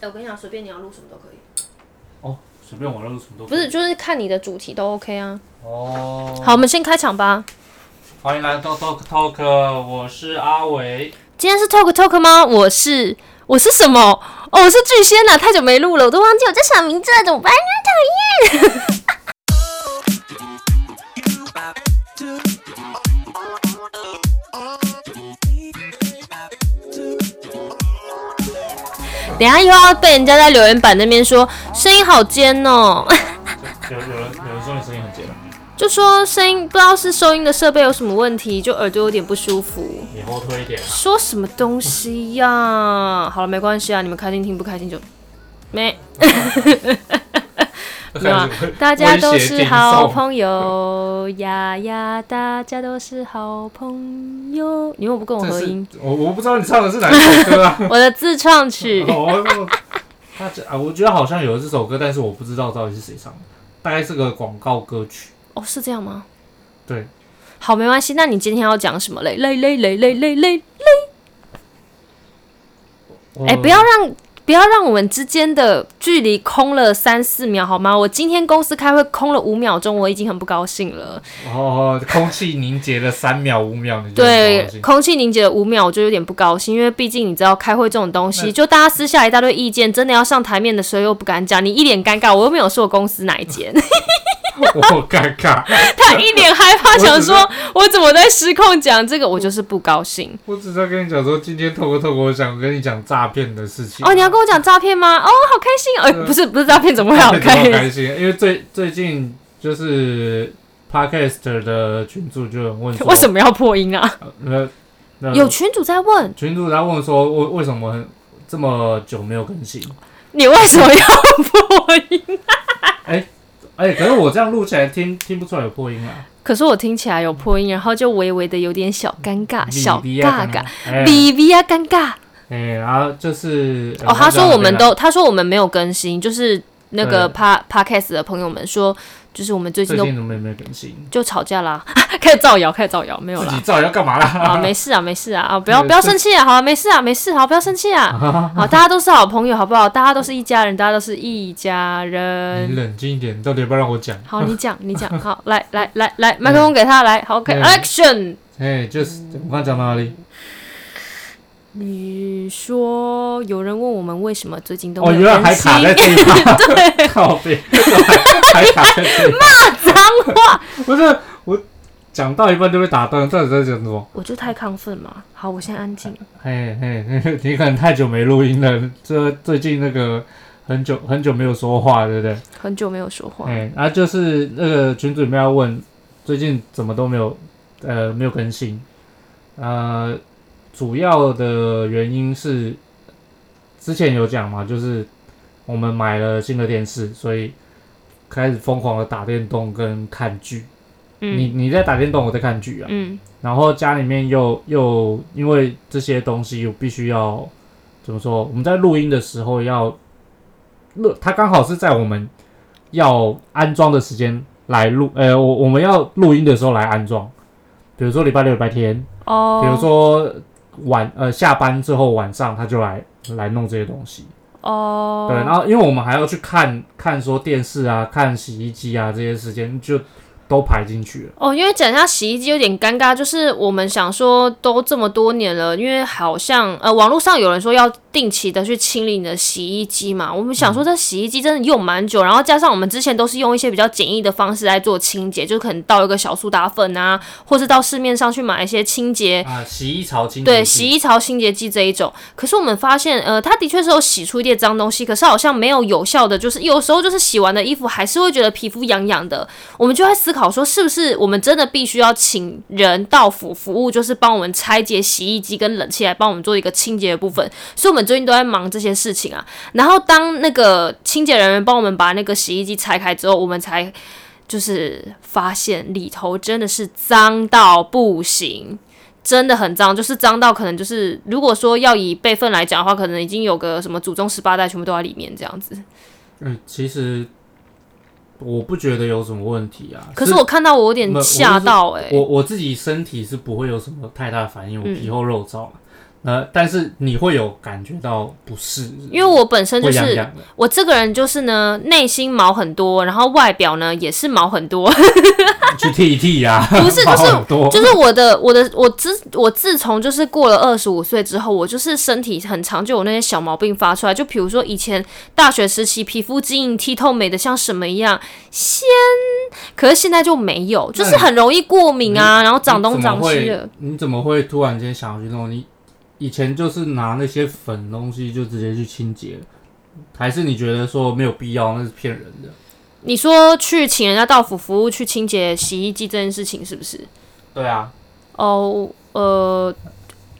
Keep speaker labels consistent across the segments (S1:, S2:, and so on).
S1: 哎、我跟你讲，随便你要录什么都可以。
S2: 哦，随便我录什么都可
S3: 不
S2: 以
S3: 是，就是看你的主题都 OK 啊。
S2: 哦。
S3: 好，我们先开场吧。
S2: 欢迎来到 Talk Talk，我是阿伟。
S3: 今天是 Talk Talk 吗？我是我是什么？哦，我是巨仙呐、太久没录了，我都忘记我叫啥名字了，怎么办？讨厌！ 等一下又要被人家在留言板那边说声音好尖哦，
S2: 有有人有人说你声音很尖，
S3: 就说声音不知道是收音的设备有什么问题，就耳朵有点不舒服。
S2: 你后退一点啊。
S3: 说什么东西呀、好了，没关系啊，你们开心听不开心就没有啊，大家都是好朋友呀呀，大家都是好朋友。你为什么不跟我
S2: 这
S3: 合
S2: 是
S3: 音？
S2: 我我不知道你唱的是哪一首歌 啊？，
S3: 我的自创曲
S2: 哦，他这啊，我觉得好像有这首歌，但是我不知道到底是谁唱的，大概是个广告歌曲。
S3: 哦，是这样吗？
S2: 对，
S3: 好，没关系。那你今天要讲什么嘞？嘞嘞嘞嘞嘞嘞！
S2: 我
S3: 哎、不要让不要让我们之间的距离空了三四秒好吗？我今天公司开会空了五秒钟，我已经很不高兴了。
S2: 哦，空气凝结了三秒五秒，你就很
S3: 对
S2: 高，兴
S3: 空气凝结了五秒，我就有点不高兴，因为毕竟你知道，开会这种东西，就大家私下一大堆意见，真的要上台面的时候又不敢讲，你一脸尴尬，我又没有说我公司哪一 间，
S2: 我好尴尬，
S3: 他一脸害怕，
S2: 我只
S3: 想
S2: 是
S3: 说我怎么在失控讲这个，我就是不高兴。
S2: 我只是要跟你讲说，今天透过透过，我想跟你讲诈骗的事情。
S3: 哦，你要跟我讲诈骗吗？哦，好开心哦！
S2: 对
S3: 哎，不是不是诈骗，怎么会好开
S2: 很
S3: 心？
S2: 开心，因为最最近就是 podcast 的群主就有问说，
S3: 为什么要破音啊？
S2: 呃，那
S3: 有群主在问
S2: 群主在问说，为为什么这么久没有更新？
S3: 你为什么要破音，
S2: 哎、可是我这样录起来听听不出来有破音啊，
S3: 可是我听起来有破音，然后就微微的有点小尴尬，小
S2: 比比啊
S3: 尬尬，，
S2: 可能哎
S3: 比比啊尴尬。
S2: 哎、然后就是呃
S3: 哦，他说我们都，他说我们没有更新，就是那个 pa podcast 的朋友们说，就是我们最近
S2: 最
S3: 都
S2: 近怎么没有更新？
S3: 就吵架啦， 开始造谣，开始造谣，没有
S2: 自己
S3: 啦。
S2: 造谣干嘛啦？
S3: 啊，没事啊，没事啊，啊，不要
S2: 对
S3: 不要生气啊，好啊，没事啊，没事，好，不要生气 啊，好，大家都是好朋友，好不好？大家都是一家人，大家都是一家
S2: 你
S3: 人。
S2: 冷静一点，你到底要不要让我讲？
S3: 好，你讲，你讲，好，来来来来，麦克风给他，来，好
S2: 嗯
S3: ，OK，Action。
S2: 哎、就是
S3: 嗯
S2: 我刚讲到哪里？
S3: 你说有人问我们为什么最近都
S2: 哦，
S3: 没
S2: 原
S3: 有更
S2: 来还卡
S3: 新
S2: 在这 一趴，对，靠边， 还卡在这一趴，
S3: 脏话，
S2: 不是我讲到一半就被打断，到底在讲什么？
S3: 我就太亢奋嘛。好，我先安静。
S2: 嘿嘿，嘿你可能太久没录音了，这最近那个很久很久没有说话，对不对？
S3: 很久没有说话。
S2: 哎、啊，就是那个群主里面要问，最近怎么都没有，呃，没有更新。呃，主要的原因是之前有讲嘛，就是我们买了新的电视，所以开始疯狂的打电动跟看剧。你
S3: 嗯
S2: 你在打电动，我在看剧啊。
S3: 嗯
S2: 然后家里面又又因为这些东西，我必须要怎么说？我们在录音的时候要录，它刚好是在我们要安装的时间来录，呃，我我们要录音的时候来安装，比如说礼拜六、礼拜天，
S3: 哦，
S2: 比如说晚呃下班之后晚上，他就来来弄这些东西。
S3: 哦，
S2: 对，然后因为我们还要去看看说电视啊、看洗衣机啊这些时间，就都排进去了。
S3: 哦，因为讲一下洗衣机有点尴尬，就是我们想说都这么多年了，因为好像呃网络上有人说要定期的去清理你的洗衣机嘛，我们想
S2: 嗯
S3: 说这洗衣机真的用蛮久，然后加上我们之前都是用一些比较简易的方式来做清洁，就可能倒一个小苏打粉啊，或是到市面上去买一些清洁
S2: 啊，洗衣槽清
S3: 对，洗衣槽清洁剂这一种。可是我们发现，呃，它的确是有洗出一点脏东西，可是好像没有有效的，就是有时候就是洗完的衣服还是会觉得皮肤痒痒的。我们就在思考说，是不是我们真的必须要请人到府服务，就是帮我们拆解洗衣机跟冷气来帮我们做一个清洁的部分。所以我们最近都在忙这些事情啊。然后当那个清洁人员帮我们把那个洗衣机拆开之后，我们才。就是发现里头真的是脏到不行，真的很脏，就是脏到可能就是，如果说要以辈分来讲的话，可能已经有个什么祖宗十八代全部都在里面这样子。
S2: 嗯，其实我不觉得有什么问题啊。
S3: 可是我看到我有
S2: 没有我
S3: 点
S2: 是
S3: 吓到哎、嗯
S2: 我我自己身体是不会有什么太大的反应，我皮厚肉燥嘛。呃，但是你会有感觉到不适，
S3: 因为我本身就
S2: 会
S3: 是
S2: 痒痒的。
S3: 我这个人就是呢，内心毛很多，然后外表呢也是毛很多，
S2: 去剃一剃呀、啊，
S3: 不 是
S2: 毛
S3: 就是
S2: 很多，
S3: 就是我的我的我自我自从就是过了二十五岁之后，我就是身体很长就有那些小毛病发出来，就比如说以前大学时期皮肤晶莹剔透美的像什么一样鲜，可是现在就没有，就是很容易过敏啊，然后长东长西的。
S2: 你怎么会突然间想要去弄？你以前就是拿那些粉东西就直接去清洁了，还是你觉得说没有必要？那是骗人的。
S3: 你说去请人家到府服务去清洁洗衣机这件事情是不是？
S2: 对啊，
S3: 哦，呃，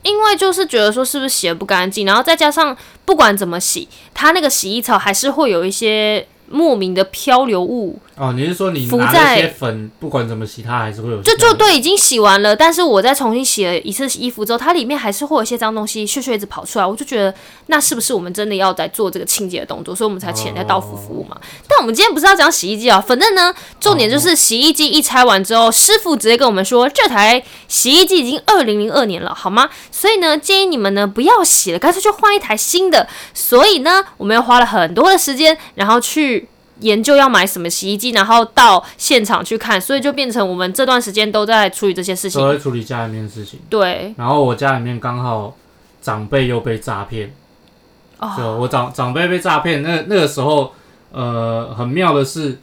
S3: 因为就是觉得说是不是洗的不干净，然后再加上不管怎么洗，它那个洗衣槽还是会有一些莫名的漂流物，
S2: 哦，你是说你
S3: 浮
S2: 拿那
S3: 在
S2: 些粉，不管怎么洗，它还是会有
S3: 就
S2: 这
S3: 就
S2: 样的
S3: 对已经洗完了，但是我再重新洗了一次衣服之后，它里面还是会有一些脏东西，屑屑一直跑出来，我就觉得那是不是我们真的要在做这个清洁的动作，所以我们才请人家到府服务嘛？但我们今天不是要讲洗衣机啊，反正呢，重点就是洗衣机一拆完之后，师傅直接跟我们说，这台洗衣机已经二零零二年了，好吗？所以呢，建议你们呢不要洗了，干脆就换一台新的。所以呢，我们又花了很多的时间，然后去研究要买什么洗衣机，然后到现场去看，所以就变成我们这段时间都在处理这些事
S2: 都
S3: 情。
S2: 会处理家里面的事情。
S3: 对，
S2: 然后我家里面刚好长辈又被诈骗，就
S3: 哦，
S2: 我长长辈被诈骗，那那个时候，呃，很妙的是，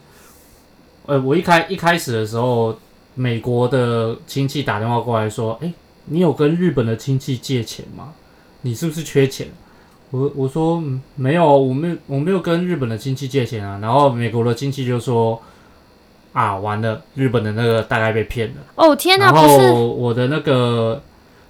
S2: 呃，我一开一开始的时候，美国的亲戚打电话过来说，哎、你有跟日本的亲戚借钱吗？你是不是缺钱？我我说嗯没有，我没有我没有跟日本的亲戚借钱啊。然后美国的亲戚就说，啊，完了，日本的那个大概被骗了。
S3: 哦，天哪，
S2: 然
S3: 不
S2: 后
S3: 是，
S2: 我的那个，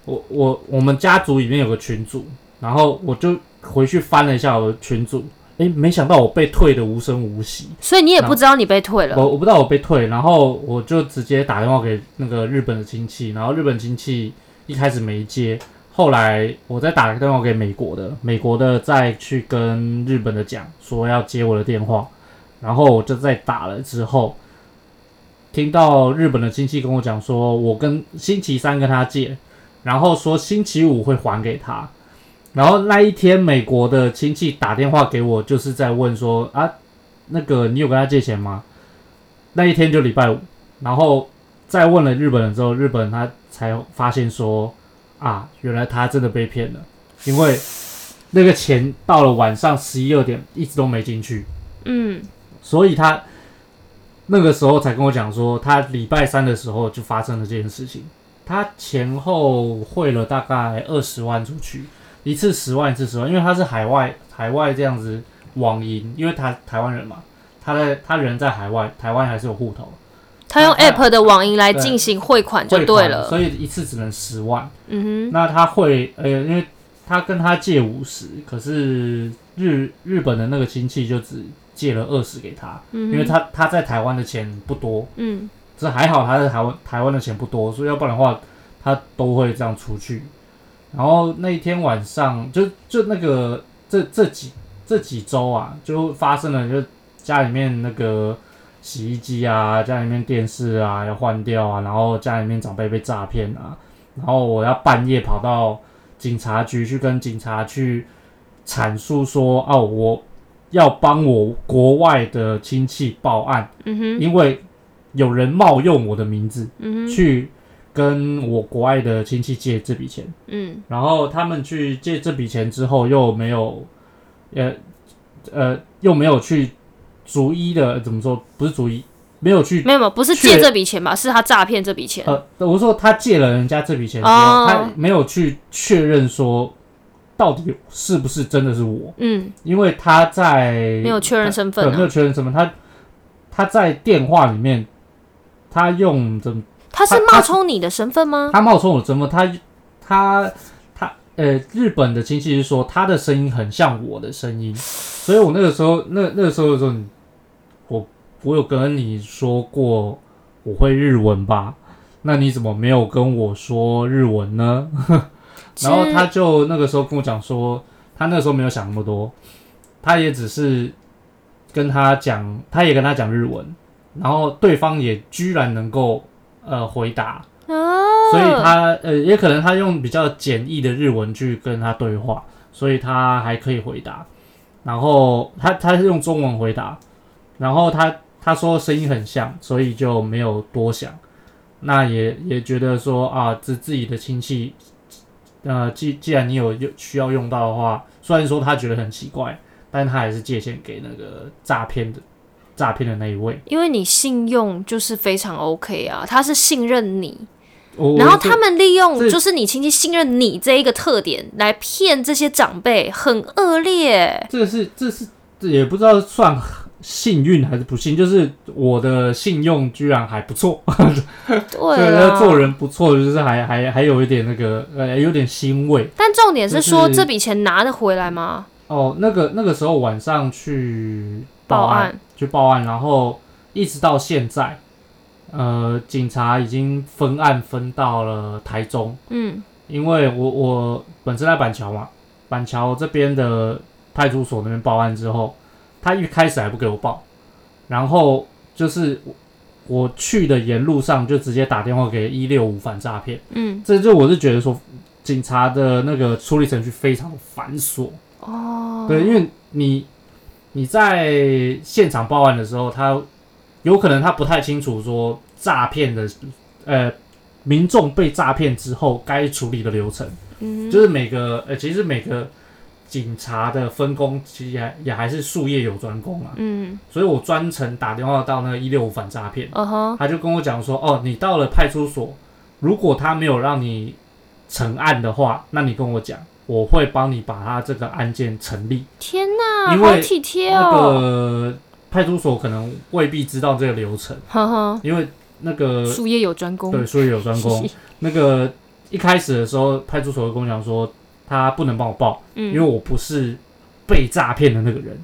S2: 我我我们家族里面有个群主，然后我就回去翻了一下我的群主，诶，没想到我被退的无声无息，
S3: 所以你也不知道你被退了。
S2: 我我不知道我被退，然后我就直接打电话给那个日本的亲戚，然后日本亲戚一开始没接，后来我再打个电话给美国的，美国的再去跟日本的讲说要接我的电话，然后我就再打了之后，听到日本的亲戚跟我讲说，我跟星期三跟他借，然后说星期五会还给他。然后那一天，美国的亲戚打电话给我，就是在问说啊，那个你有跟他借钱吗？那一天就礼拜五，然后再问了日本人之后，日本人他才发现说啊，原来他真的被骗了，因为那个钱到了晚上十一二点一直都没进去，
S3: 嗯，
S2: 所以他那个时候才跟我讲说，他礼拜三的时候就发生了这件事情，他前后汇了大概二十万出去，一次十万，一次十万，因为他是海外海外这样子网银，因为他台湾人嘛，他在他人在海外，台湾还是有户头。
S3: 他用
S2: 那他
S3: App 的网银来进行汇款就
S2: 汇
S3: 对
S2: 款
S3: 了。
S2: 所以一次只能十万。
S3: 嗯哼，
S2: 那他会呃，因为他跟他借五十，可是日日本的那个亲戚就只借了二十给他，
S3: 嗯
S2: 因为
S3: 哼，
S2: 他他在台湾的钱不多，
S3: 嗯，
S2: 这啊还好他在台湾台湾的钱不多，所以要不然的话他都会这样出去。然后那一天晚上，就就那个这这几这几周啊，就发生了，就啊家里面那个洗衣机啊，家里面电视啊要换掉啊，然后家里面长辈被诈骗啊，然后我要半夜跑到警察局去跟警察去阐述说，哦，我要帮我国外的亲戚报案，
S3: 嗯哼，
S2: 因为有人冒用我的名字
S3: 嗯哼，
S2: 去跟我国外的亲戚借这笔钱，
S3: 嗯，
S2: 然后他们去借这笔钱之后又没有，呃呃又没有去逐一的怎么说？不是逐一，没有去
S3: 没有，没有，不是
S2: 确
S3: 借这笔钱吧？是他诈骗这笔钱。
S2: 呃，我说他借了人家这笔钱之后，
S3: 哦
S2: 他没有去确认说到底是不是真的是我，
S3: 嗯，
S2: 因为他在呃
S3: 没有确认身份
S2: 对没有
S3: 啊。
S2: 确认身份，他他在电话里面。他用怎么
S3: 他是
S2: 他他
S3: 冒充你的身份吗？
S2: 他冒充我真么？他他他呃，日本的亲戚是说他的声音很像我的声音，所以我那个时候那那个时候的时候，你我我有跟你说过我会日文吧？那你怎么没有跟我说日文呢？ 然后他就那个时候跟我讲说，他那时候没有想那么多，他也只是跟他讲，他也跟他讲日文，然后对方也居然能够呃回答，
S3: 啊，
S2: 所以他呃，也可能他用比较简易的日文去跟他对话，所以他还可以回答。然后他他是用中文回答，然后他他说声音很像，所以就没有多想。那也也觉得说啊，自自己的亲戚，呃，既既然你有有需要用到的话，虽然说他觉得很奇怪，但他还是借钱给那个诈骗的诈骗的那一位。
S3: 因为你信用就是非常 OK 啊，他是信任你，
S2: 我
S3: 然后他们利用
S2: 这
S3: 就是你亲戚信任你这一个特点来骗这些长辈，很恶劣。
S2: 这个是这是这也不知道算幸运还是不幸，就是我的信用居然还不错，
S3: 对
S2: 他
S3: 啊，
S2: 做人不错，就是还还还有一点那个呃有点欣慰
S3: 但重点是说
S2: 就是
S3: 这笔钱拿得回来吗？
S2: 哦。那个那个时候晚上去
S3: 报
S2: 报案
S3: 案
S2: 去报案，然后一直到现在，呃，警察已经分案分到了台中，
S3: 嗯，
S2: 因为我我本身在板桥嘛，板桥这边的派出所那边报案之后，他一开始还不给我报，然后就是我我去的沿路上就直接打电话给一六五反诈骗，
S3: 嗯，
S2: 这就我是觉得说警察的那个处理程序非常繁琐，
S3: 哦，
S2: 对，因为你你在现场报案的时候，他有可能他不太清楚说诈骗的呃民众被诈骗之后该处理的流程。
S3: 嗯
S2: 就是每个呃，其实每个警察的分工其实也也还是术业有专攻啊。
S3: 嗯，
S2: 所以我专程打电话到那个一六五反诈骗，
S3: 嗯哼，
S2: 他就跟我讲说，哦，你到了派出所，如果他没有让你成案的话，那你跟我讲，我会帮你把他这个案件成立。
S3: 天哪，
S2: 因为
S3: 好体贴
S2: 那
S3: 哦，
S2: 个派出所可能未必知道这个流程，
S3: 呵呵，
S2: 因为那个
S3: 术业有专攻，
S2: 呃对术业有专攻。那个一开始的时候，派出所就跟我讲说，他不能帮我报。因 为
S3: 嗯，
S2: 我不是被诈骗的那个人，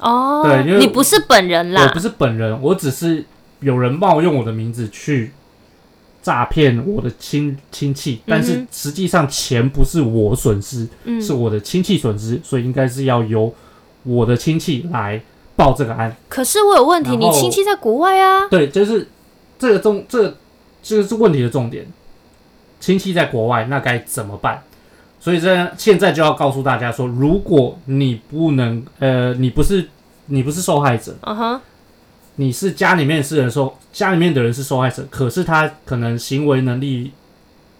S3: 哦，
S2: 对因为
S3: 你不是本人
S2: 我
S3: 啦
S2: 不，是本人，我只是有人冒用我的名字去诈骗我的亲亲戚，但是
S3: 嗯
S2: 实际上钱不是我损失，
S3: 嗯，
S2: 是我的亲戚损失，所以应该是要由我的亲戚来报这个案。
S3: 可是我有问题，
S2: 然
S3: 你
S2: 后
S3: 亲戚在国外啊，
S2: 对，就是这个重，这个这个是问题的重点。亲戚在国外，那该怎么办？所以这现在就要告诉大家说，如果你不能，呃，你不是你不是受害者，
S3: 嗯哼，
S2: 你是家里面是人受，家里面的人是受害者，可是他可能行为能力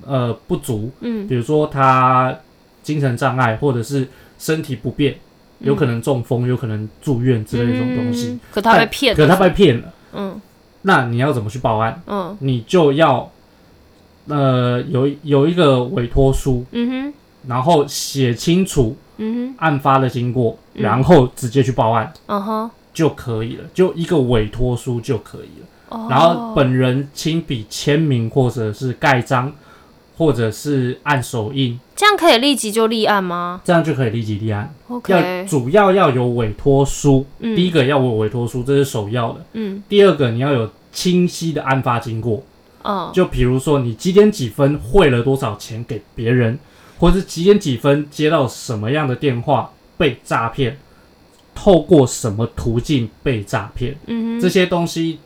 S2: 呃不足，
S3: 嗯，
S2: 比如说他精神障碍或者是身体不便，有可能中风，有可能住院之类的这种东西
S3: 嗯，，可他被
S2: 但
S3: 骗
S2: 可
S3: 了，
S2: 他被骗了，
S3: 嗯
S2: 那你要怎么去报案？
S3: 嗯
S2: 你就要呃有有一个委托书，
S3: 嗯哼
S2: 然后写清楚
S3: 嗯
S2: 案发的经过，
S3: 嗯
S2: 然后直接去报案
S3: 哼嗯哼，
S2: 就可以了，就一个委托书就可以了。
S3: 哦，
S2: 然后本人亲笔签名，或者是盖章，或者是按手印，
S3: 这样可以立即就立案吗
S2: 这样就可以立即立案。要
S3: ？OK，
S2: 主要要有委托书，
S3: 嗯
S2: 第一个要有委托书，这是首要的。
S3: 嗯
S2: 第二个你要有清晰的案发经过，
S3: 嗯
S2: 就比如说你几点几分汇了多少钱给别人，或是几点几分接到什么样的电话被诈骗，透过什么途径被诈骗，
S3: 嗯哼，
S2: 这些东西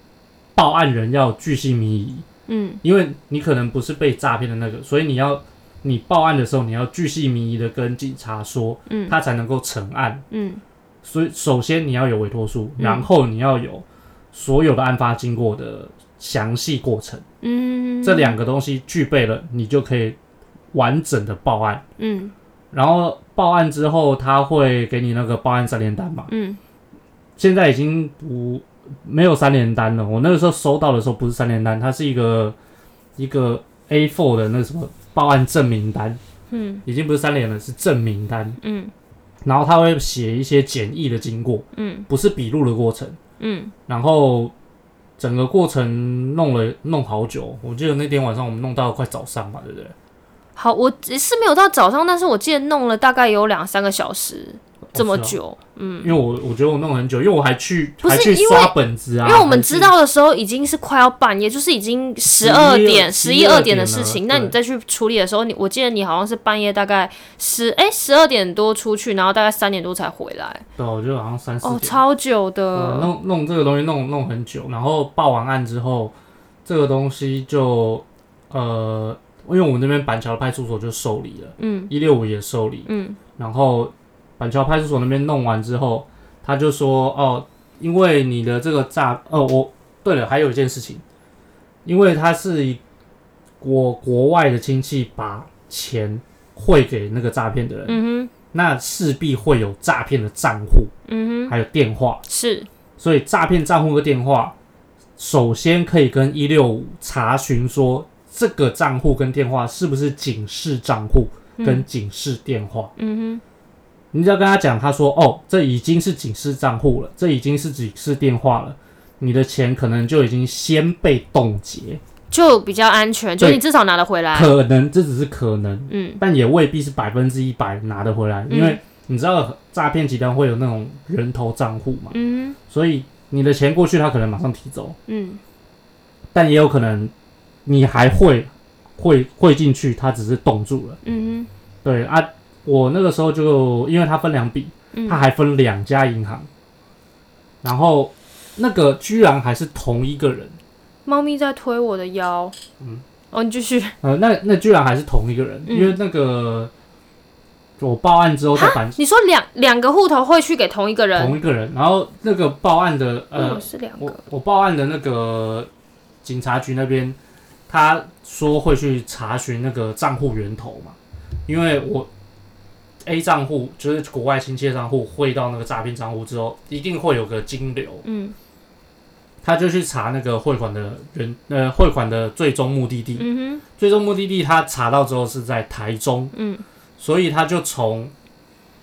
S2: 报案人要据细迷疑。
S3: 嗯
S2: 因为你可能不是被诈骗的那个，所以你要你报案的时候，你要据细迷疑的跟警察说，
S3: 嗯
S2: 他才能够成案。
S3: 嗯
S2: 所以首先你要有委托书，
S3: 嗯
S2: 然后你要有所有的案发经过的详细过程，
S3: 嗯，
S2: 这两个东西具备了，你就可以完整的报案。
S3: 嗯
S2: 然后报案之后，他会给你那个报案三联单嘛？
S3: 嗯
S2: 现在已经不没有三联单了。我那个时候收到的时候不是三联单，它是一个一个 A4 的那什么报案证明单，
S3: 嗯
S2: 已经不是三联了，是证明单。
S3: 嗯
S2: 然后他会写一些简易的经过，
S3: 嗯
S2: 不是笔录的过程。
S3: 嗯
S2: 然后整个过程弄了弄好久，我记得那天晚上我们弄到快早上嘛，对不对？
S3: 好，我只是没有到早上，但是我记得弄了大概有两三个小时，这么
S2: 哦是啊
S3: 久，嗯
S2: 因。为我我觉得我弄很久，因为我还去
S3: 不是
S2: 还去
S3: 因为
S2: 刷本子啊，
S3: 因为我们
S2: 还去
S3: 知道的时候已经是快要半夜，就是已经十二点、十一
S2: 11
S3: 二
S2: 点
S3: 的
S2: 了
S3: 事情。
S2: 对
S3: 那你再去处理的时候，你我记得你好像是半夜大概十哎十二点多出去，然后大概三点多才回来，
S2: 对，我就好像三四点
S3: 哦，超久
S2: 对
S3: 的。
S2: 弄弄这个东西弄弄很久，然后报完案之后，这个东西就呃，因为我们那边板桥派出所就受理了，
S3: 嗯
S2: 一六五也受理，
S3: 嗯
S2: 然后板桥派出所那边弄完之后，他就说哦，因为你的这个诈，哦，我对了，还有一件事情，因为他是一国国外的亲戚把钱汇给那个诈骗的人，
S3: 嗯哼
S2: 那势必会有诈骗的账户，
S3: 嗯哼，
S2: 还有电话，
S3: 是
S2: 所以诈骗账户的电话，首先可以跟一六五查询说这个账户跟电话是不是警示账户跟
S3: 嗯
S2: 警示电话。
S3: 嗯
S2: 你只要跟他讲，他说哦，这已经是警示账户了，这已经是警示电话了，你的钱可能就已经先被冻结，
S3: 哼，就比较安全，就
S2: 对
S3: 你至少拿得回来。
S2: 可能这只是可能，
S3: 嗯
S2: 但也未必是百分之一百拿得回来，因为
S3: 嗯
S2: 你知道诈骗集团会有那种人头账户嘛，
S3: 嗯
S2: 所以你的钱过去，他可能马上提走，
S3: 哼嗯
S2: 但也有可能你还会会会进去，他只是冻住了。
S3: 嗯哼
S2: 对啊，我那个时候就因为它分两笔，
S3: 嗯，
S2: 它还分两家银行，然后那个居然还是同一个人，
S3: 猫咪在推我的腰。
S2: 嗯
S3: 嗯，哦，你继续。
S2: 呃，那那居然还是同一个人，
S3: 嗯
S2: 因为那个我报案之后再反
S3: 你说两两个户头汇去给同一个人？
S2: 同一个人，然后那个报案的呃
S3: 嗯，，是两
S2: 我
S3: 个。
S2: 我报案的那个警察局那边，他说会去查询那个账户源头嘛，因为我 A 账户就是国外亲戚的账户汇到那个诈骗账户之后，一定会有个金流，
S3: 嗯
S2: 他就去查那个汇款的人，呃，汇款的最终目的地，
S3: 嗯哼
S2: 最终目的地他查到之后是在台中，
S3: 嗯
S2: 所以他就从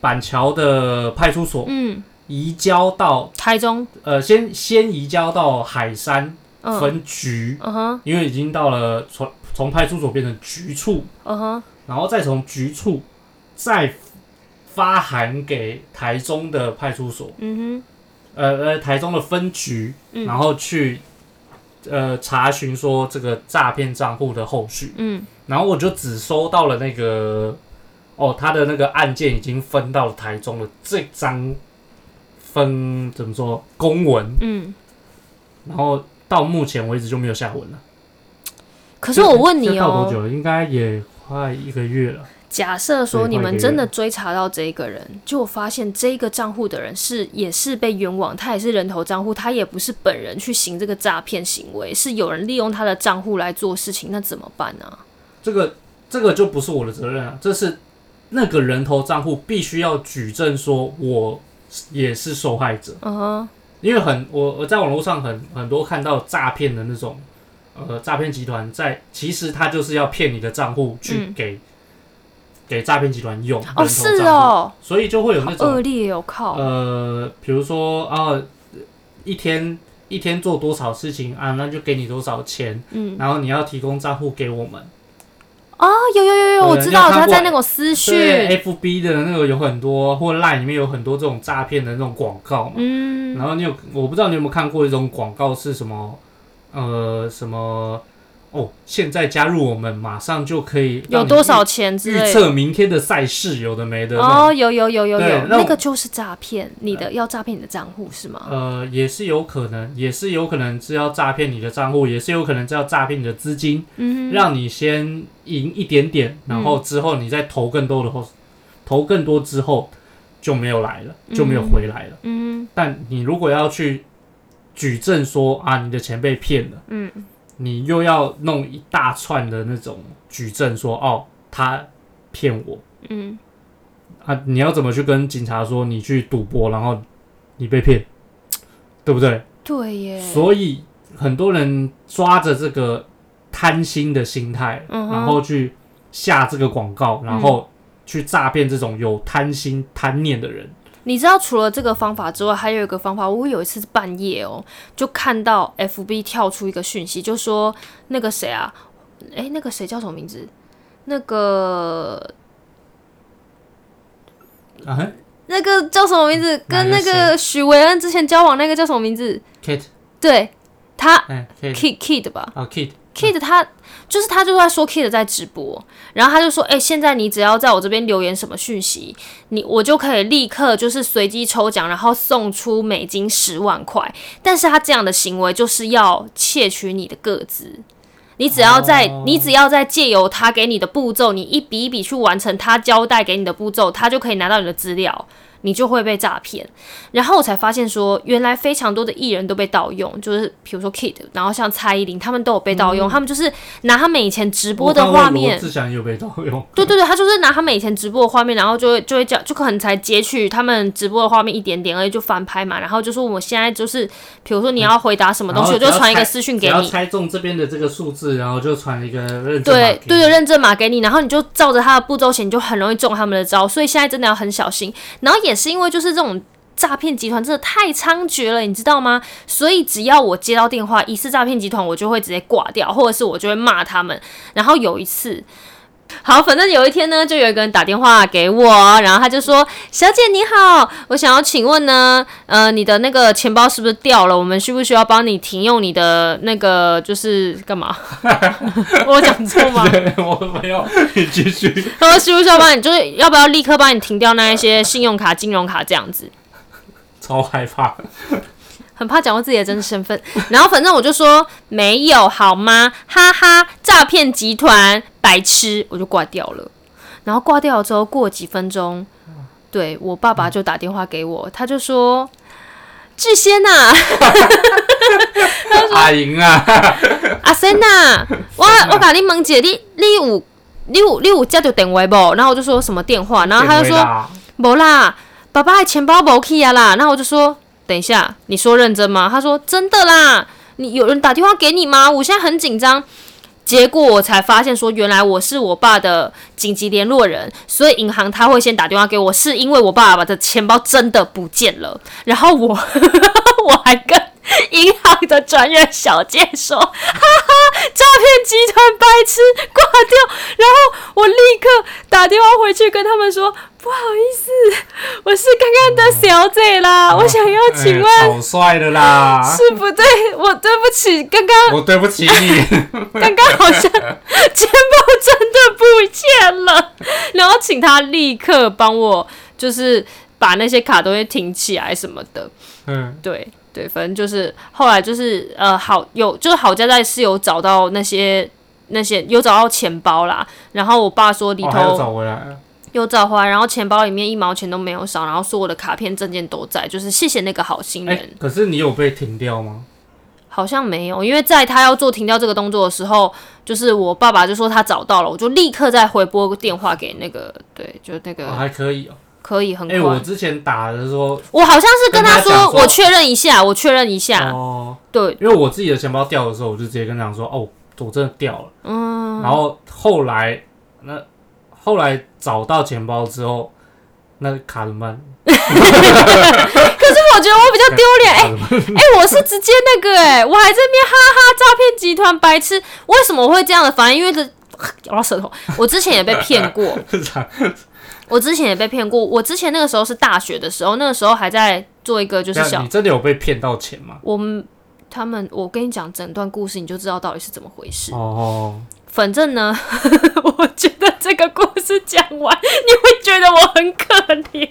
S2: 板桥的派出所
S3: 嗯，
S2: 移交到，
S3: 台中。
S2: 呃，先先移交到海山
S3: 嗯
S2: 分局。
S3: 嗯哼
S2: 因为已经到了从从派出所变成局处，
S3: 嗯哼
S2: 然后再从局处再发函给台中的派出所，
S3: 嗯
S2: 呃呃，台中的分局，
S3: 嗯
S2: 然后去呃查询说这个诈骗账户的后续
S3: 哼。嗯
S2: 然后我就只收到了那个哦，他的那个案件已经分到了台中的这张分怎么说公文，
S3: 嗯。
S2: 然后到目前为止就没有下文了。
S3: 可是我问
S2: 这
S3: 你
S2: 到多
S3: 哦，
S2: 久了？应该也快一个月了。
S3: 假设说
S2: 对
S3: 你
S2: 换一
S3: 们
S2: 个
S3: 真的
S2: 人
S3: 追查到这一个人，就发现这个账户的人是也是被冤枉，他也是人头账户，他也不是本人去行这个诈骗行为，是有人利用他的账户来做事情，那怎么办呢、啊
S2: 这个这个就不是我的责任啊，这是那个人头账户必须要举证说我也是受害者，
S3: 嗯哼，
S2: 因为很我我在网络上很很多看到诈骗的那种呃诈骗集团在，其实他就是要骗你的账户去
S3: 嗯
S2: 给、给诈骗集团用人头
S3: 哦，
S2: 账
S3: 是
S2: 户，
S3: 哦，
S2: 所以就会有那
S3: 恶
S2: 种
S3: 劣哦，靠，
S2: 呃，比如说啊一天。一天做多少事情啊？那就给你多少钱，
S3: 嗯，
S2: 然后你要提供账户给我们。
S3: 哦，有有有有，我
S2: 对
S3: 知
S2: 你有
S3: 道
S2: 看
S3: 他
S2: 过
S3: 在那种私讯，
S2: 对哎 FB 的那个有很多，或 Line 里面有很多这种诈骗的那种广告嘛。
S3: 嗯
S2: 然后你有，我不知道你有没有看过一种广告是什么？呃，什么？哦，现在加入我们，马上就可以
S3: 有
S2: 让你
S3: 多少钱之
S2: 预
S3: 类的。
S2: 测明天的赛事，有的没的那
S3: 哦，
S2: 种。
S3: 有有有有
S2: 对
S3: 有，
S2: 那
S3: 那
S2: 我
S3: 个就是诈骗，你的要诈骗你的账户是吗？
S2: 呃，也是有可能，也是有可能是要诈骗你的账户，也是有可能是要诈骗你的资金，
S3: 嗯哼，嗯
S2: 让你先赢一点点，然后之后你再投更多的后，投更多之后就没有来了，就没有回来了。
S3: 嗯
S2: 但你如果要去举证说啊，你的钱被骗了，
S3: 嗯
S2: 你又要弄一大串的那种举证说哦，他骗我
S3: 嗯，
S2: 啊，你要怎么去跟警察说你去赌博，然后你被骗，对不对？
S3: 对耶，
S2: 所以很多人抓着这个贪心的心态，
S3: 嗯哼嗯
S2: 然后去下这个广告，然后去诈骗这种有贪心贪念的人。
S3: 你知道除了这个方法之外，还有一个方法，我有一次半夜哦，就看到 FB 跳出一个讯息，就说那个谁啊，诶，那个谁叫什么名字？那个
S2: 啊哼
S3: 那个叫什么名字？
S2: 嗯哪
S3: 跟
S2: 个
S3: 那个许维恩之前交往那个叫什么名字？
S2: ，Kid，
S3: 对他
S2: 哎，Kid，
S3: Kid Kid 吧，
S2: 啊，Kid，
S3: Kid 他就是他就在说 Kid 在直播，然后他就说，哎、现在你只要在我这边留言什么讯息，你我就可以立刻就是随机抽奖，然后送出美金十万块。但是他这样的行为就是要窃取你的个资。你只要在、
S2: 哦
S3: 你只要在借由他给你的步骤，你一笔一笔去完成他交代给你的步骤，他就可以拿到你的资料，你就会被诈骗。然后我才发现说，原来非常多的艺人都被盗用，就是比如说 Kid，然后像蔡依林，他们都有被盗用，他们就是拿他们以前直播的画面
S2: 罗，志祥也有被盗用，
S3: 对对对，他就是拿他们以前直播的画面，然后就会就会叫，就可能才截取他们直播的画面一点点而已，就翻拍嘛。然后就说我现在就是，比如说你要回答什么东西，我
S2: 然后
S3: 就
S2: 只要
S3: 传一个
S2: 猜
S3: 私讯
S2: 只
S3: 给
S2: 要
S3: 你。
S2: 猜中这边的这个数字，然后就传一个认证码
S3: 对
S2: 给你
S3: 对的认证码给你，然后你就照着他的步骤写，你就很容易中他们的招。所以现在真的要很小心。然后也是因为就是这种诈骗集团真的太猖獗了，你知道吗？所以只要我接到电话疑似诈骗集团，我就会直接挂掉，或者是我就会骂他们。然后有一次。 好，反正有一天呢，就有一个人打电话给我，然后他就说：“小姐你好，我想要请问呢，呃，你的那个钱包是不是掉了？我们需不需要帮你停用你的那个就是干嘛？ 我有讲错吗？
S2: 对， 我没有，你继续。
S3: 他们需不需要帮你，就是要不要立刻帮你停掉那一些信用卡、金融卡这样子？
S2: 超害怕，
S3: 很怕讲到自己的真实身份，然后反正我就说没有好吗？哈哈，诈骗集团白痴，我就挂掉了。然后挂掉了之后，过几分钟，对我爸爸就打电话给我，他就说：“志先啊呐、
S2: 阿莹啊，
S3: 阿森呐、我我甲你问姐，你你有你有你有接到电话不？”然后我就说什么电话，然后他就
S2: 点
S3: 说
S2: 回：“答
S3: 没啦，爸爸的钱包没去啊啦。然后我就说，等一下，你说认真吗？他说真的啦。你有人打电话给你吗？我现在很紧张。结果我才发现说，原来我是我爸的紧急联络人，所以银行他会先打电话给我，是因为我爸爸的钱包真的不见了。然后我 我还跟银行的专员小姐说，哈哈，诈骗集团白痴挂掉。然后我立刻打电话回去跟他们说，不好意思，我是刚刚的小姐啦，我想要请问。
S2: 哦哎草率的啦，
S3: 是不对，我对不起，刚刚
S2: 我对不起你，
S3: 刚刚好像钱包真的不见了，然后请他立刻帮我，就是把那些卡东西停起来什么的。
S2: 嗯，
S3: 对对，反正就是后来就是呃，好有就是好家在是有找到那些那些有找到钱包啦，然后我爸说里
S2: 哦，还
S3: 头
S2: 有找回来了，
S3: 又找回来，然后钱包里面一毛钱都没有少，然后所有的卡片证件都在，就是谢谢那个好心
S2: 哎、
S3: 人。
S2: 可是你有被停掉吗？
S3: 好像没有，因为在他要做停掉这个动作的时候，就是我爸爸就说他找到了，我就立刻再回拨电话给那个，对，就那个、
S2: 哦、还可以哦。
S3: 可以很
S2: 哎、
S3: 快。
S2: 我之前打的时候，
S3: 我好像是跟他
S2: 跟他
S3: 说，
S2: 讲说
S3: 我确认一下，我确认一下，
S2: 哦，
S3: 对，
S2: 因为我自己的钱包掉的时候，我就直接跟他讲说，哦，我真的掉了。
S3: 嗯，
S2: 然后后来那后来找到钱包之后，那卡怎么办？
S3: 我觉得我比较丢脸，哎、
S2: 卡怎 么办？
S3: 哎、我是直接那个、 哎，我还在那边哈哈诈骗集团白痴，为什么我会这样的反应？因为这 咬到舌头，我之前也被骗过，
S2: 是这样
S3: 我之前也被骗过，我之前那个时候是大学的时候，那个时候还在做一个就是
S2: 那
S3: 小
S2: 你真的有被骗到钱吗？
S3: 我们他们，我跟你讲整段故事，你就知道到底是怎么回事。
S2: 哦，
S3: 反正呢， 我觉得这个故事讲完，你会觉得我很可怜。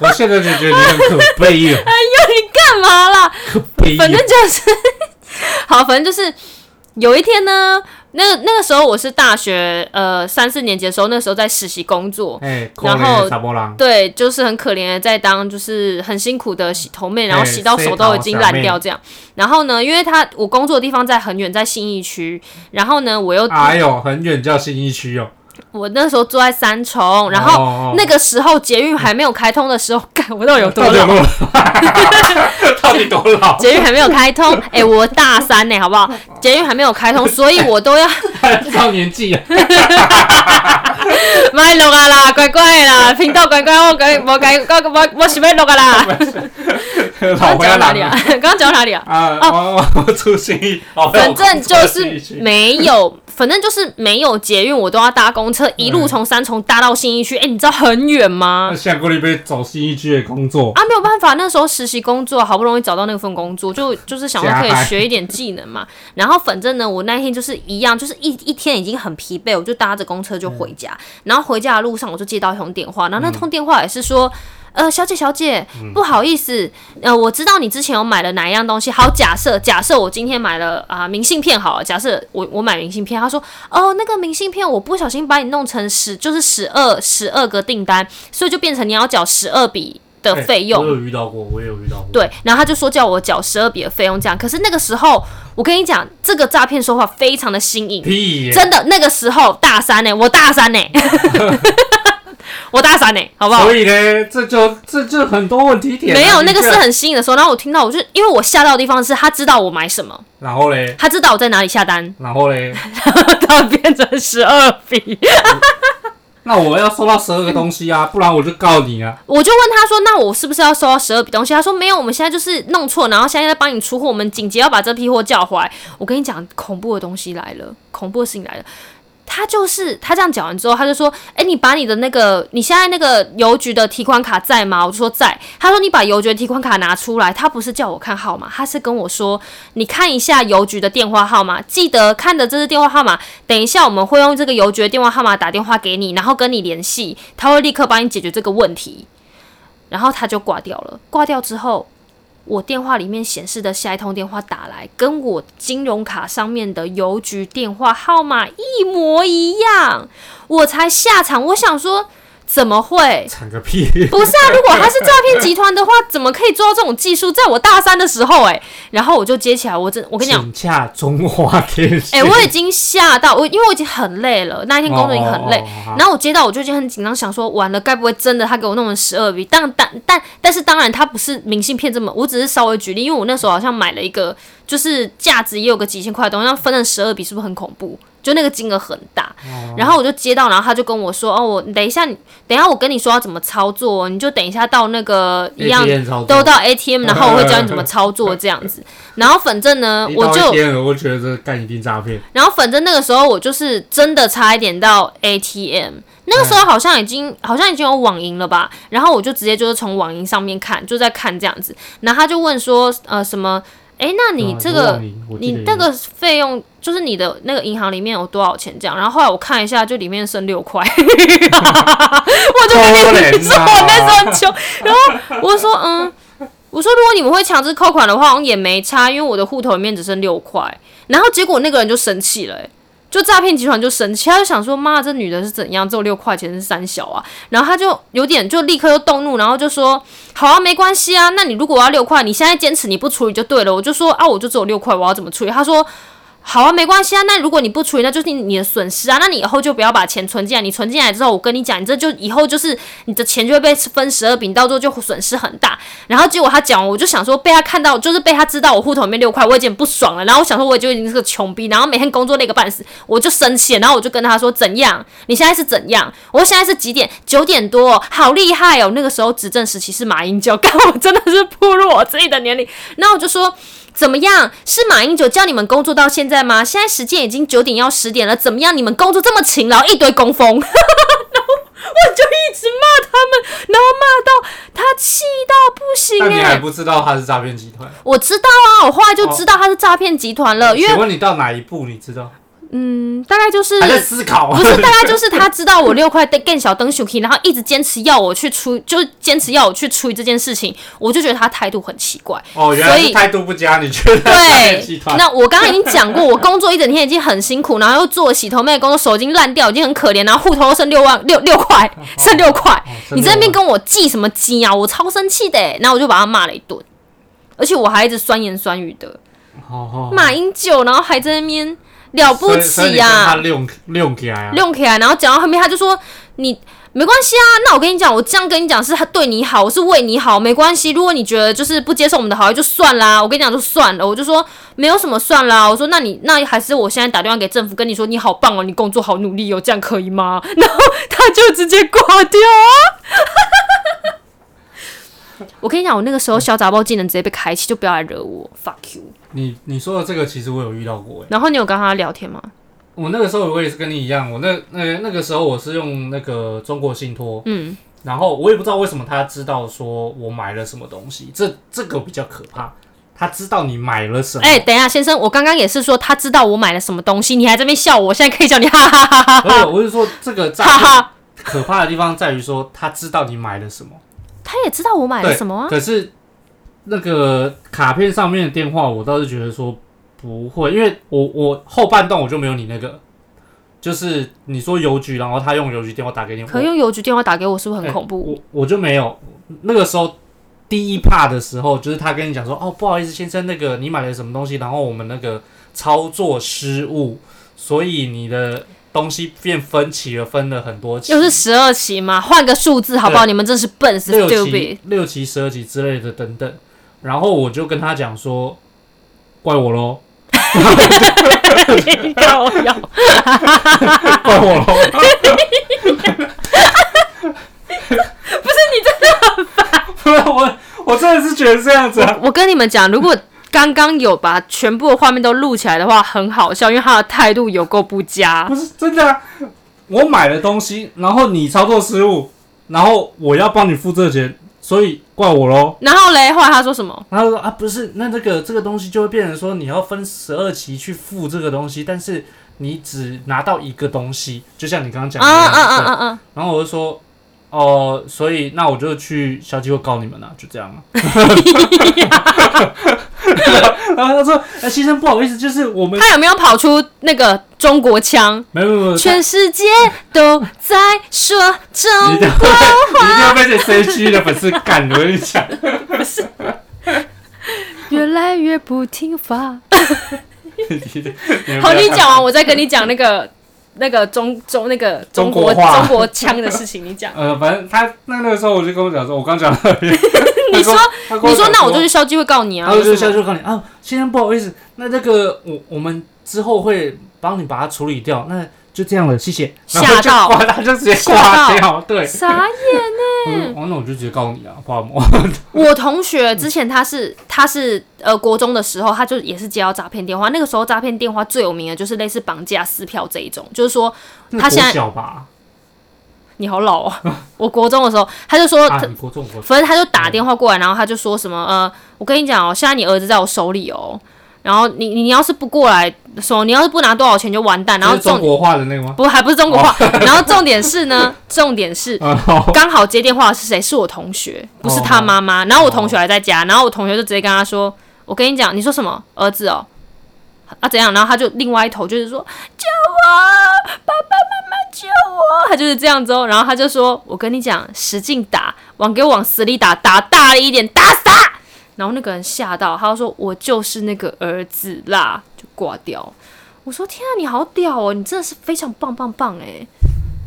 S2: 我现在就觉得你很可 悲哦，
S3: 干嘛啦？
S2: 可悲哦。
S3: 反正就是好，反正就是有一天呢，那个那个时候我是大学呃三四年级的时候，那时候在实习工作。
S2: 哎，可
S3: 然后
S2: 怜的查波郎，
S3: 对，就是很可怜的，在当就是很辛苦的洗头妹，然后洗到手都已经烂掉这样。然后呢，因为他我工作的地方在很远，在信义区，然后呢，我又
S2: 哎呦，很远叫新一区哦。
S3: 我那时候住在三重，然后
S2: 后
S3: 那个时候捷运还没有开通的时候， 干我到底有多
S2: 到底有
S3: 老？
S2: 多老？ 到底多老？
S3: 捷运还没有开 通，哎、我大三呢、好不好？捷运还没有开通，所以我都要
S2: 还不到年纪啊！
S3: 买录啊啦，乖乖啦，频道乖乖，我该我该我我我是要录啊啦。
S2: 老
S3: 刚刚
S2: 回
S3: 讲到
S2: 来
S3: 哪里啊？ 刚刚讲到哪 里啊？
S2: 啊！我我出新意，哦
S3: 反正就
S2: 我出
S3: 是
S2: 新意
S3: 没有，反正就是没有捷运，我都要搭公车，一路从三重搭到信义区。哎、你知道很远吗
S2: 那？下过一杯找新一区的工作，
S3: 啊，没有办法，那时候实习工作好不容易找到那份工作， 就就是想说可以
S2: 加班
S3: 学一点技能嘛。然后反正呢，我那一天就是一样，就是一一天已经很疲
S2: 嗯
S3: 惫，我就搭着公车就回家。然后回家的路上，我就接到一通电话，然后那通电话也是说。呃，小姐小姐，
S2: 嗯
S3: 不好意思，呃，我知道你之前有买了哪一样东西。好，假设假设我今天买了啊、明信片好了，假设我我买明信片，他说哦那个明信片我不小心把你弄成十就是十二十二个订单，所以就变成你要缴十二笔的
S2: 哎
S3: 费用。
S2: 我有遇到过，我也有遇到过。
S3: 对，然后他就说叫我缴十二笔的费用，这样。可是那个时候，我跟你讲，这个诈骗手法非常的新颖，
S2: 屁耶，
S3: 真的。那个时候大三呢、我大三呢、欸 我大三呢、欸好不好
S2: 所？以呢，这就这就很多问题点啊。
S3: 没有，那个
S2: 的确
S3: 是。很新颖的时候。然后我听到，我就因为我吓到的地方是他知道我买什 么，
S2: 然后嘞，
S3: 他知道我在哪里下单，
S2: 然后嘞，
S3: 他变成十二笔。
S2: 那我要收到十二个东西啊，不然我就告你啊。
S3: 我就问他说：“那我是不是要收到十二笔东西？”他说：“没有，我们现在就是弄错，然后现在在帮你出货，我们紧急要把这批货叫回来。”我跟你讲，恐怖的东西来了，恐怖的事情来了。他就是他这样讲完之后，他就说：“哎、你把你的那个你现在那个邮局的提款卡在吗？”我就说在。他说：“你把邮局的提款卡拿出来。”他不是叫我看号码，他是跟我说：“你看一下邮局的电话号码，记得看着这支电话号码，等一下我们会用这个邮局的电话号码打电话给你，然后跟你联系，他会立刻帮你解决这个问题。”然后他就挂掉了。挂掉之后，我电话里面显示的下一通电话打来，跟我金融卡上面的邮局电话号码一模一样，我才下场。我想说，怎么会？
S2: 惨个屁！
S3: 不是啊，如果他是诈骗集团的话，怎么可以做到这种技术？在我大三的时候、哎，然后我就接起来，我真我
S2: 我
S3: 跟你讲，，
S2: 恰中华电信。
S3: 哎、我已经吓到我，因为我已经很累了，那一天工作已经很累。
S2: 哦哦哦哦
S3: 然后我接到我就已经很紧张，想说完了，该不会真的他给我弄成十二笔？但但但但是当然，他不是明信片这么，我只是稍微举例，因为我那时候好像买了一个，就是价值也有个几千块的东西，然后分成十二笔，是不是很恐怖？就那个金额很大，
S2: 哦
S3: 然后我就接到，然后他就跟我说：“哦，我等一下你，等一下我跟你说要怎么操作哦，你就等一下到那个一样
S2: ATM 操作
S3: 都到 ATM，然后我会教你怎么操作这样子。”然后反正呢，
S2: 一
S3: 呃我就
S2: 到 ATM 我觉得这干一定诈骗。
S3: 然后反正那个时候我就是真的差一点到 ATM，那个时候好像已
S2: 嗯
S3: 经、好像已经有网银了吧，然后我就直接就是从网银上面看，就在看这样子，然后他就问说呃什么，诶，那你
S2: 啊
S3: 这个、
S2: 我忘了我记得
S3: 你那个费用就是你的那个银行里面有多少钱这样，然后后来我看一下，就里面剩六 块， 我就跟
S2: 可
S3: 你
S2: 怜
S3: 说
S2: 啊
S3: 我那时候很穷，然后我就说嗯，我说如果你们会强制扣款的话，好像也没差，因为我的户头里面只剩六块，然后结果那个人就生气了、欸就诈骗集团就生气，他就想说：“妈，这女的是怎样？只有六块钱是三小啊！”然后他就有点就立刻就动怒，然后就说：“好啊，没关系啊，那你如果要六块，你现在坚持你不处理就对了。”我就说：“啊，我就只有六块，我要怎么处理？”他说：“好啊，没关系啊，那如果你不处理，那就是你的损失啊，那你以后就不要把钱存进来。你存进来之后，我跟你讲，你这就以后就是你的钱就会被分十二笔，你到时候就损失很大。”然后结果他讲完，我就想说被他看到，就是被他知道我户头里面六块，我已经很不爽了。然后我想说我已经已经是个穷逼，然后每天工作累个半死，我就生气了。然后我就跟他说怎样？你现在是怎样？我现在是几点？九点多哦，好厉害哦！那个时候执政时期是马英九，干我真的是步入我自己的年 龄。然后我就说。怎么样？是马英九叫你们工作到现在吗？现在时间已经九点要十点了，怎么样？你们工作这么勤劳，一堆工 蜂，然后我就一直骂他们，然后骂到他气到不行
S2: 但你
S3: 哎、
S2: 还不知道他是诈骗集团？
S3: 我知道啊，我后来就知道他是诈骗集团了，因
S2: 请
S3: 为
S2: 问你到哪一步你知道？
S3: 嗯，大概就是
S2: 还在思考。
S3: 不是，大概就是他知道我六块灯更小灯 s h 然后一直坚持要我去出，就是坚持要我去处理这件事情，我就觉得他态度很奇怪。
S2: 哦，原来
S3: 所
S2: 是
S3: 以
S2: 态度不佳，你觉得诈骗集
S3: 对
S2: 团，？
S3: 那我刚刚已经讲过，我工作一整天已经很辛苦，然后又做洗头妹的工作，手已经烂掉，已经很可怜，然后户头又剩六万六六块，哦 剩六块，你在那边跟我记什么鸡啊？我超生气的欸、然后我就把他骂了一顿，而且我还一直酸言酸语的
S2: 哦，
S3: 骂英九，然后还在那边了不起啊呀、
S2: 他溜溜起来啊！
S3: 用起来，然后讲到后面，他就说你没关系啊，那我跟你讲，我这样跟你讲是对你好，我是为你好，没关系。如果你觉得就是不接受我们的好意，就算啦。我跟你讲，就算了。我就说没有什么算啦。我说那你那还是我现在打电话给政府跟你说你好棒哦，你工作好努力哦，这样可以吗？然后他就直接挂掉啊。 我跟你讲，我那个时候小杂包技能直接被开启，就不要来惹我，fuck you。
S2: 你你说的这个，其实我有遇到过哎。
S3: 然后你有跟他聊天吗？
S2: 我那个时候我也是跟你一样，我那那那个时候我是用那个中国信托，
S3: 嗯，
S2: 然后我也不知道为什么他知道说我买了什么东西，这这个比较可怕，他知道你买了什么，
S3: 哎、等一下，先生，我刚刚也是说他知道我买了什么东西，你还在那边笑我，现在可以叫你哈 哈哈哈
S2: 而且我是说这个诈
S3: 哈
S2: 骗
S3: 哈。
S2: 可怕的地方在于说他知道你买了什么，
S3: 他也知道我买了
S2: 对
S3: 什么啊。
S2: 可是那个卡片上面的电话，我倒是觉得说不会，因为我我后半段我就没有你那个，就是你说邮局，然后他用邮局电话打给你，
S3: 可用邮局电话打给我，是不是很恐怖？
S2: 我我就没有。那个时候第一怕的时候，就是他跟你讲说，哦，不好意思，先生，那个你买了什么东西，然后我们那个操作失误，所以你的东西变分期了，分了很多期，
S3: 又是十二期嘛，换个数字好不好？你们真是笨
S2: 六
S3: ，stupid
S2: 期。、六期、十二期之类的等等。然后我就跟他讲说，怪我喽，
S3: 要要，
S2: 怪我喽。 不是你真的很烦，不是我，我真的是觉得这样子啊。
S3: 我跟你们讲，如果刚刚有把全部的画面都录起来的话，很好笑，因为他的态度有够不佳
S2: 不。是真的、啊，我买了东西，然后你操作失误，然后我要帮你付这个钱，所以怪我喽。
S3: 然后嘞，后来他说什么？
S2: 然后说啊，不是，那这个这个东西就会变成说你要分十二期去付这个东西，但是你只拿到一个东西，就像你刚刚讲
S3: 啊
S2: 的那样
S3: 啊啊
S2: 对
S3: 啊啊！
S2: 然后我就说，哦、所以那我就去消基会告你们了、就这 样啊。 然后他说，呃，先生不好意思，就是我们
S3: 他有没有跑出那个中国腔？
S2: 没有没有没有，
S3: 全世界都在说中
S2: 你一定会，你一定会被这 CG 的粉丝干！我跟你讲，
S3: 越来越不听话。
S2: 你
S3: 好，你
S2: 们不要看
S3: 讲完，我再跟你讲那个那个中中那个中国
S2: 中国话
S3: 中国腔的事情。你 讲，
S2: 呃，反正他那那个时候我就跟我讲说，我刚讲到那边，
S3: 你说
S2: 他跟我
S3: 你说
S2: 讲
S3: 那我就去消基会告你啊
S2: 然。后
S3: 有
S2: 就
S3: 什
S2: 下
S3: 么
S2: 去告你啊，先生不好意思，那这个我我们之后会帮你把它处理掉，那就这样了，谢谢。然后
S3: 吓
S2: 就
S3: 到
S2: 挂，他就直接
S3: 吓
S2: 挂
S3: 到
S2: 掉，对。
S3: 傻眼。
S2: 嗯，哦，那我就直接告你啊，泡沫。
S3: 我同学之前他是他是呃国中的时候，他就也是接到诈骗电话。那个时候诈骗电话最有名的就是类似绑架、撕票这一种，就是说
S2: 那
S3: 他现在
S2: 国小吧，
S3: 你好老哦。 我国中的时候，他就说
S2: 啊，
S3: 他
S2: 你国中国
S3: 反正他就打电话过来，然后他就说什么呃，我跟你讲哦，现在你儿子在我手里哦，然后你你你要是不过来说，你要是不拿多少钱就完蛋，然后
S2: 这是中
S3: 重
S2: 国话的那个吗？
S3: 不还不是中国话， 然后重点是呢，重点是。
S2: 啊，好
S3: 刚好接电话的是谁？是我同学，不是他妈妈。然后我同学还在家，然后我同学就直接跟他说：“我跟你讲，你说什么儿子哦？啊怎样？”然后他就另外一头就是说：“救我！爸爸妈妈救我！”他就是这样子哦。然后他就说：“我跟你讲，使劲打，往给我往死里打，打大力一点，打死他！”然后那个人吓到，他就说：“我就是那个儿子啦！”就挂掉。我说：“天啊，你好屌哦！你真的是非常棒棒棒哎、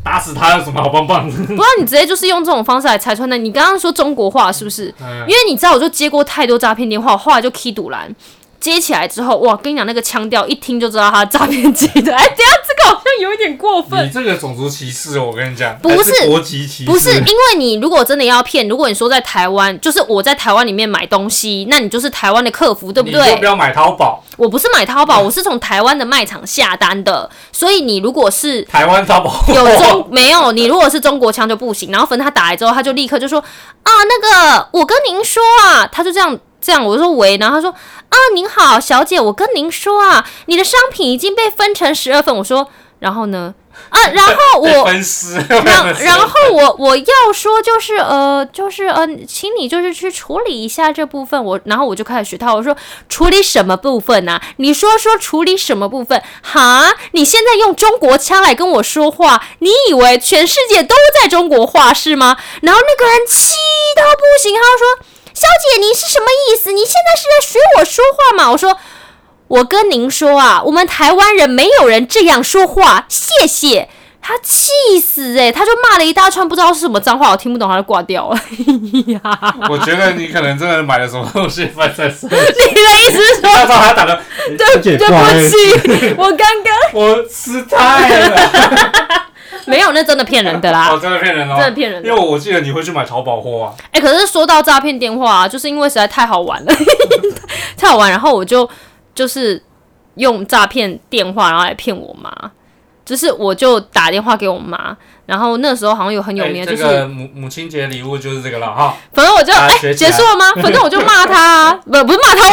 S2: 打死他有什么好棒棒？
S3: 不然你直接就是用这种方式来拆穿的。你刚刚说中国话是不是？
S2: 嗯
S3: 因为你知道，我就接过太多诈骗电话，我后来就 key 赌蓝。接起来之后，哇，跟你讲那个腔调，一听就知道他诈骗集团。 哎，等一下这个好像有一点过分
S2: 你。这个种族歧视，我跟你讲，
S3: 不
S2: 还
S3: 是
S2: 是国籍歧视，
S3: 不是，因为你如果真的要骗，如果你说在台湾，就是我在台湾里面买东西，那你就是台湾的客服，对不
S2: 你就
S3: 对
S2: 不？要买淘宝，
S3: 我不是买淘宝，我是从台湾的卖场下单的，所以你如果是
S2: 台湾淘宝
S3: 有中没有？你如果是中国腔就不行。然后反正他打来之后，他就立刻就说啊，那个我跟您说啊，他就这样这样，我就说喂，然后他说啊，您好，小姐，我跟您说啊，你的商品已经被分成十二份。我说，然后呢？啊，然后
S2: 被
S3: 我。
S2: 分尸，
S3: 然然后我我要说就是呃就是呃，请你就是去处理一下这部分。我然后我就开始学他，我说处理什么部分呢、你说说处理什么部分？哈，你现在用中国腔来跟我说话，你以为全世界都在中国话是吗？然后那个人气到不行，他就说：“小姐，你是什么意思？你现在是在学我说话吗？”我说。我跟您说啊，我们台湾人没有人这样说话，谢谢。他气死哎、他就骂了一大串，不知道是什么脏话，我听不懂，他就挂 掉了。
S2: 我觉得你可能真的买了什么东西分在身，
S3: 你的意思是
S2: 他
S3: 说，
S2: 说他打的，
S3: 对对不起，我刚刚
S2: 我失态 了，
S3: 没有，那真的骗人的啦
S2: 我，真的骗人哦，
S3: 真的骗人
S2: 因为
S3: 的。
S2: 我记得你会去买淘宝货啊，
S3: 哎、可是说到诈骗电话、啊，就是因为实在太好玩了， 太好玩，然后我就就是用诈骗电话，然后来骗我妈。就是我就打电话给我妈，然后那时候好像有很有名
S2: 哎
S3: 的，就是、
S2: 这个母母亲节礼物就是这个了 哈，
S3: 反正我就
S2: 大
S3: 哎、
S2: 家学起来
S3: 结束了吗？反正我就骂他、 啊，不不是骂他，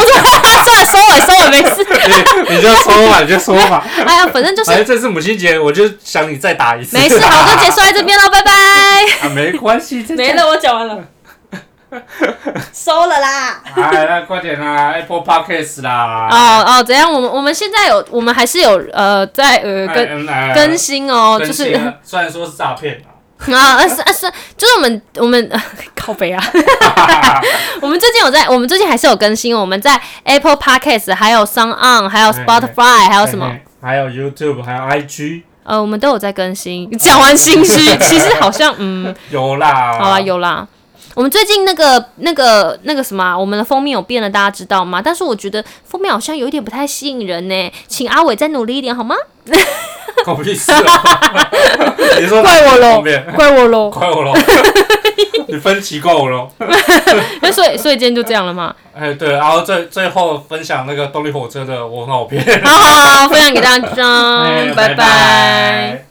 S3: 我就 哎收尾收尾收尾没事。
S2: 你你就说吧，你就说吧，
S3: 哎呀，反正就是
S2: 反正这次母亲节，我就想你 再打一次，
S3: 没事，好，就结束在这边了，拜拜。
S2: 啊，没关系，再见
S3: 没了，我讲完了。
S1: 收了啦。
S2: 哎，那快点啦，Apple Podcast 啦，
S3: 哦哦，怎样？我们我们现在有，我们还是有呃，在呃
S2: 哎
S3: 更
S2: 嗯哎
S3: 更新哦，
S2: 更
S3: 就是
S2: 新啊虽然说是诈骗啊，
S3: 啊，二十二十，就是我们我们、 啊、靠北啊，我们最近有在，我们最近还是有更新哦，我们在 Apple Podcast，还有 s o n g On，还有
S2: 哎
S3: Spotify，还有什么
S2: 哎？？ 还有 YouTube，还有 IG，
S3: 呃，我们都有在更新。讲完心 虚，其实好像嗯，
S2: 有
S3: 好
S2: 啦，
S3: 哦啊啦，有啦。我们最近那个、那个、那个什么啊、我们的封面有变了，大家知道吗？但是我觉得封面好像有一点不太吸引人呢，请阿伟再努力一点好吗？
S2: 关我屁事哦！ 你 说
S3: 怪我
S2: 了，
S3: 咯怪我 喽。
S2: 怪我喽， 你分歧怪我喽。
S3: 那所以，所以今天就这样了 嘛。
S2: 哎，对，然后最最后分享那个动力火车的，我很好骗。
S3: 嗯好好好，分享给大家，
S2: 哎
S3: 拜拜。